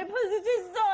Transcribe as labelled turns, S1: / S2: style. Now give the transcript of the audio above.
S1: 수도 있어.